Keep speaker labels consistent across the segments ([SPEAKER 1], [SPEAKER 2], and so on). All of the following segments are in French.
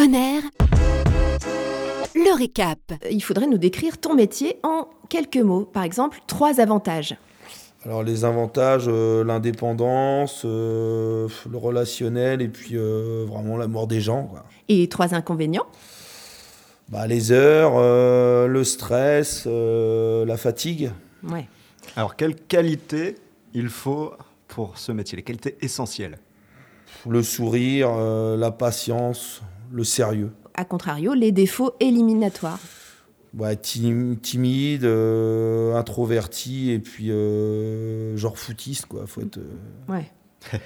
[SPEAKER 1] Honneur. Le récap.
[SPEAKER 2] Il faudrait nous décrire ton métier en quelques mots. Par exemple, trois avantages.
[SPEAKER 3] Alors les avantages, euh, l'indépendance, euh, le relationnel et puis euh, vraiment l'amour des gens. quoi.
[SPEAKER 2] Et trois inconvénients.
[SPEAKER 3] Bah, les heures, euh, le stress, euh, la fatigue.
[SPEAKER 2] Ouais.
[SPEAKER 4] Alors, quelles qualités il faut pour ce métier Les qualités essentielles
[SPEAKER 3] le sourire, euh, la patience, le sérieux.
[SPEAKER 2] A contrario, les défauts éliminatoires.
[SPEAKER 3] Ouais, tim- timide, euh, introverti et puis euh, genre footiste quoi. Faut être, euh,
[SPEAKER 2] Ouais.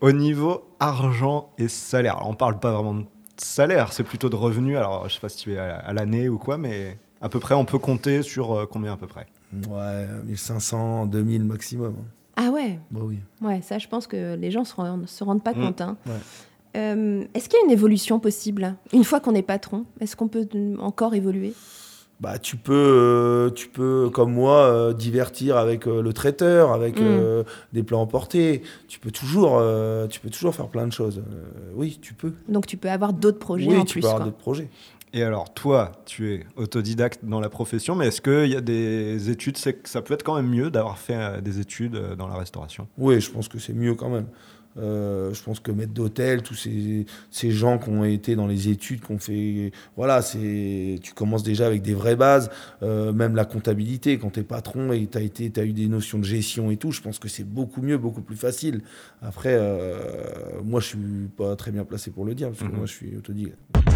[SPEAKER 4] Au niveau argent et salaire, alors on parle pas vraiment de salaire, c'est plutôt de revenus. Alors, je sais pas si tu es à à l'année ou quoi, mais à peu près, on peut compter sur euh, combien à peu près
[SPEAKER 3] ouais, 1500, 2000 maximum. hein.
[SPEAKER 2] Ah ouais,
[SPEAKER 3] Bah oui.
[SPEAKER 2] ouais, ça je pense que les gens se rendent, se rendent pas
[SPEAKER 4] Mm,
[SPEAKER 2] compte. hein.
[SPEAKER 3] ouais.
[SPEAKER 2] Euh, est-ce qu'il y a une évolution possible hein Une fois qu'on est patron, est-ce qu'on peut euh, encore évoluer
[SPEAKER 3] Bah tu peux, euh, tu peux comme moi euh, divertir avec euh, le traiteur, avec
[SPEAKER 2] Mm.
[SPEAKER 3] euh, des plats emportés. Tu peux toujours, euh, tu peux toujours faire plein de choses. Euh, oui, tu peux.
[SPEAKER 2] Donc tu peux avoir d'autres projets
[SPEAKER 3] oui,
[SPEAKER 2] en
[SPEAKER 3] tu
[SPEAKER 2] plus.
[SPEAKER 3] peux avoir
[SPEAKER 2] quoi.
[SPEAKER 3] d'autres projets.
[SPEAKER 4] Et alors, toi, tu es autodidacte dans la profession, mais est-ce qu'il y a des études C'est que ça peut être quand même mieux d'avoir fait euh, des études euh, dans la restauration.
[SPEAKER 3] Oui, je pense que c'est mieux quand même. Euh, je pense que maître d'hôtel, tous ces, ces gens qui ont été dans les études, qu'on fait, voilà, c'est, tu commences déjà avec des vraies bases, Euh, même la comptabilité, quand t'es patron et t'as été, t'as eu des notions de gestion et tout, je pense que c'est beaucoup mieux, beaucoup plus facile. Après, euh, moi, je suis pas très bien placé pour le dire, parce que
[SPEAKER 4] Mhm.
[SPEAKER 3] moi, je suis autodidacte.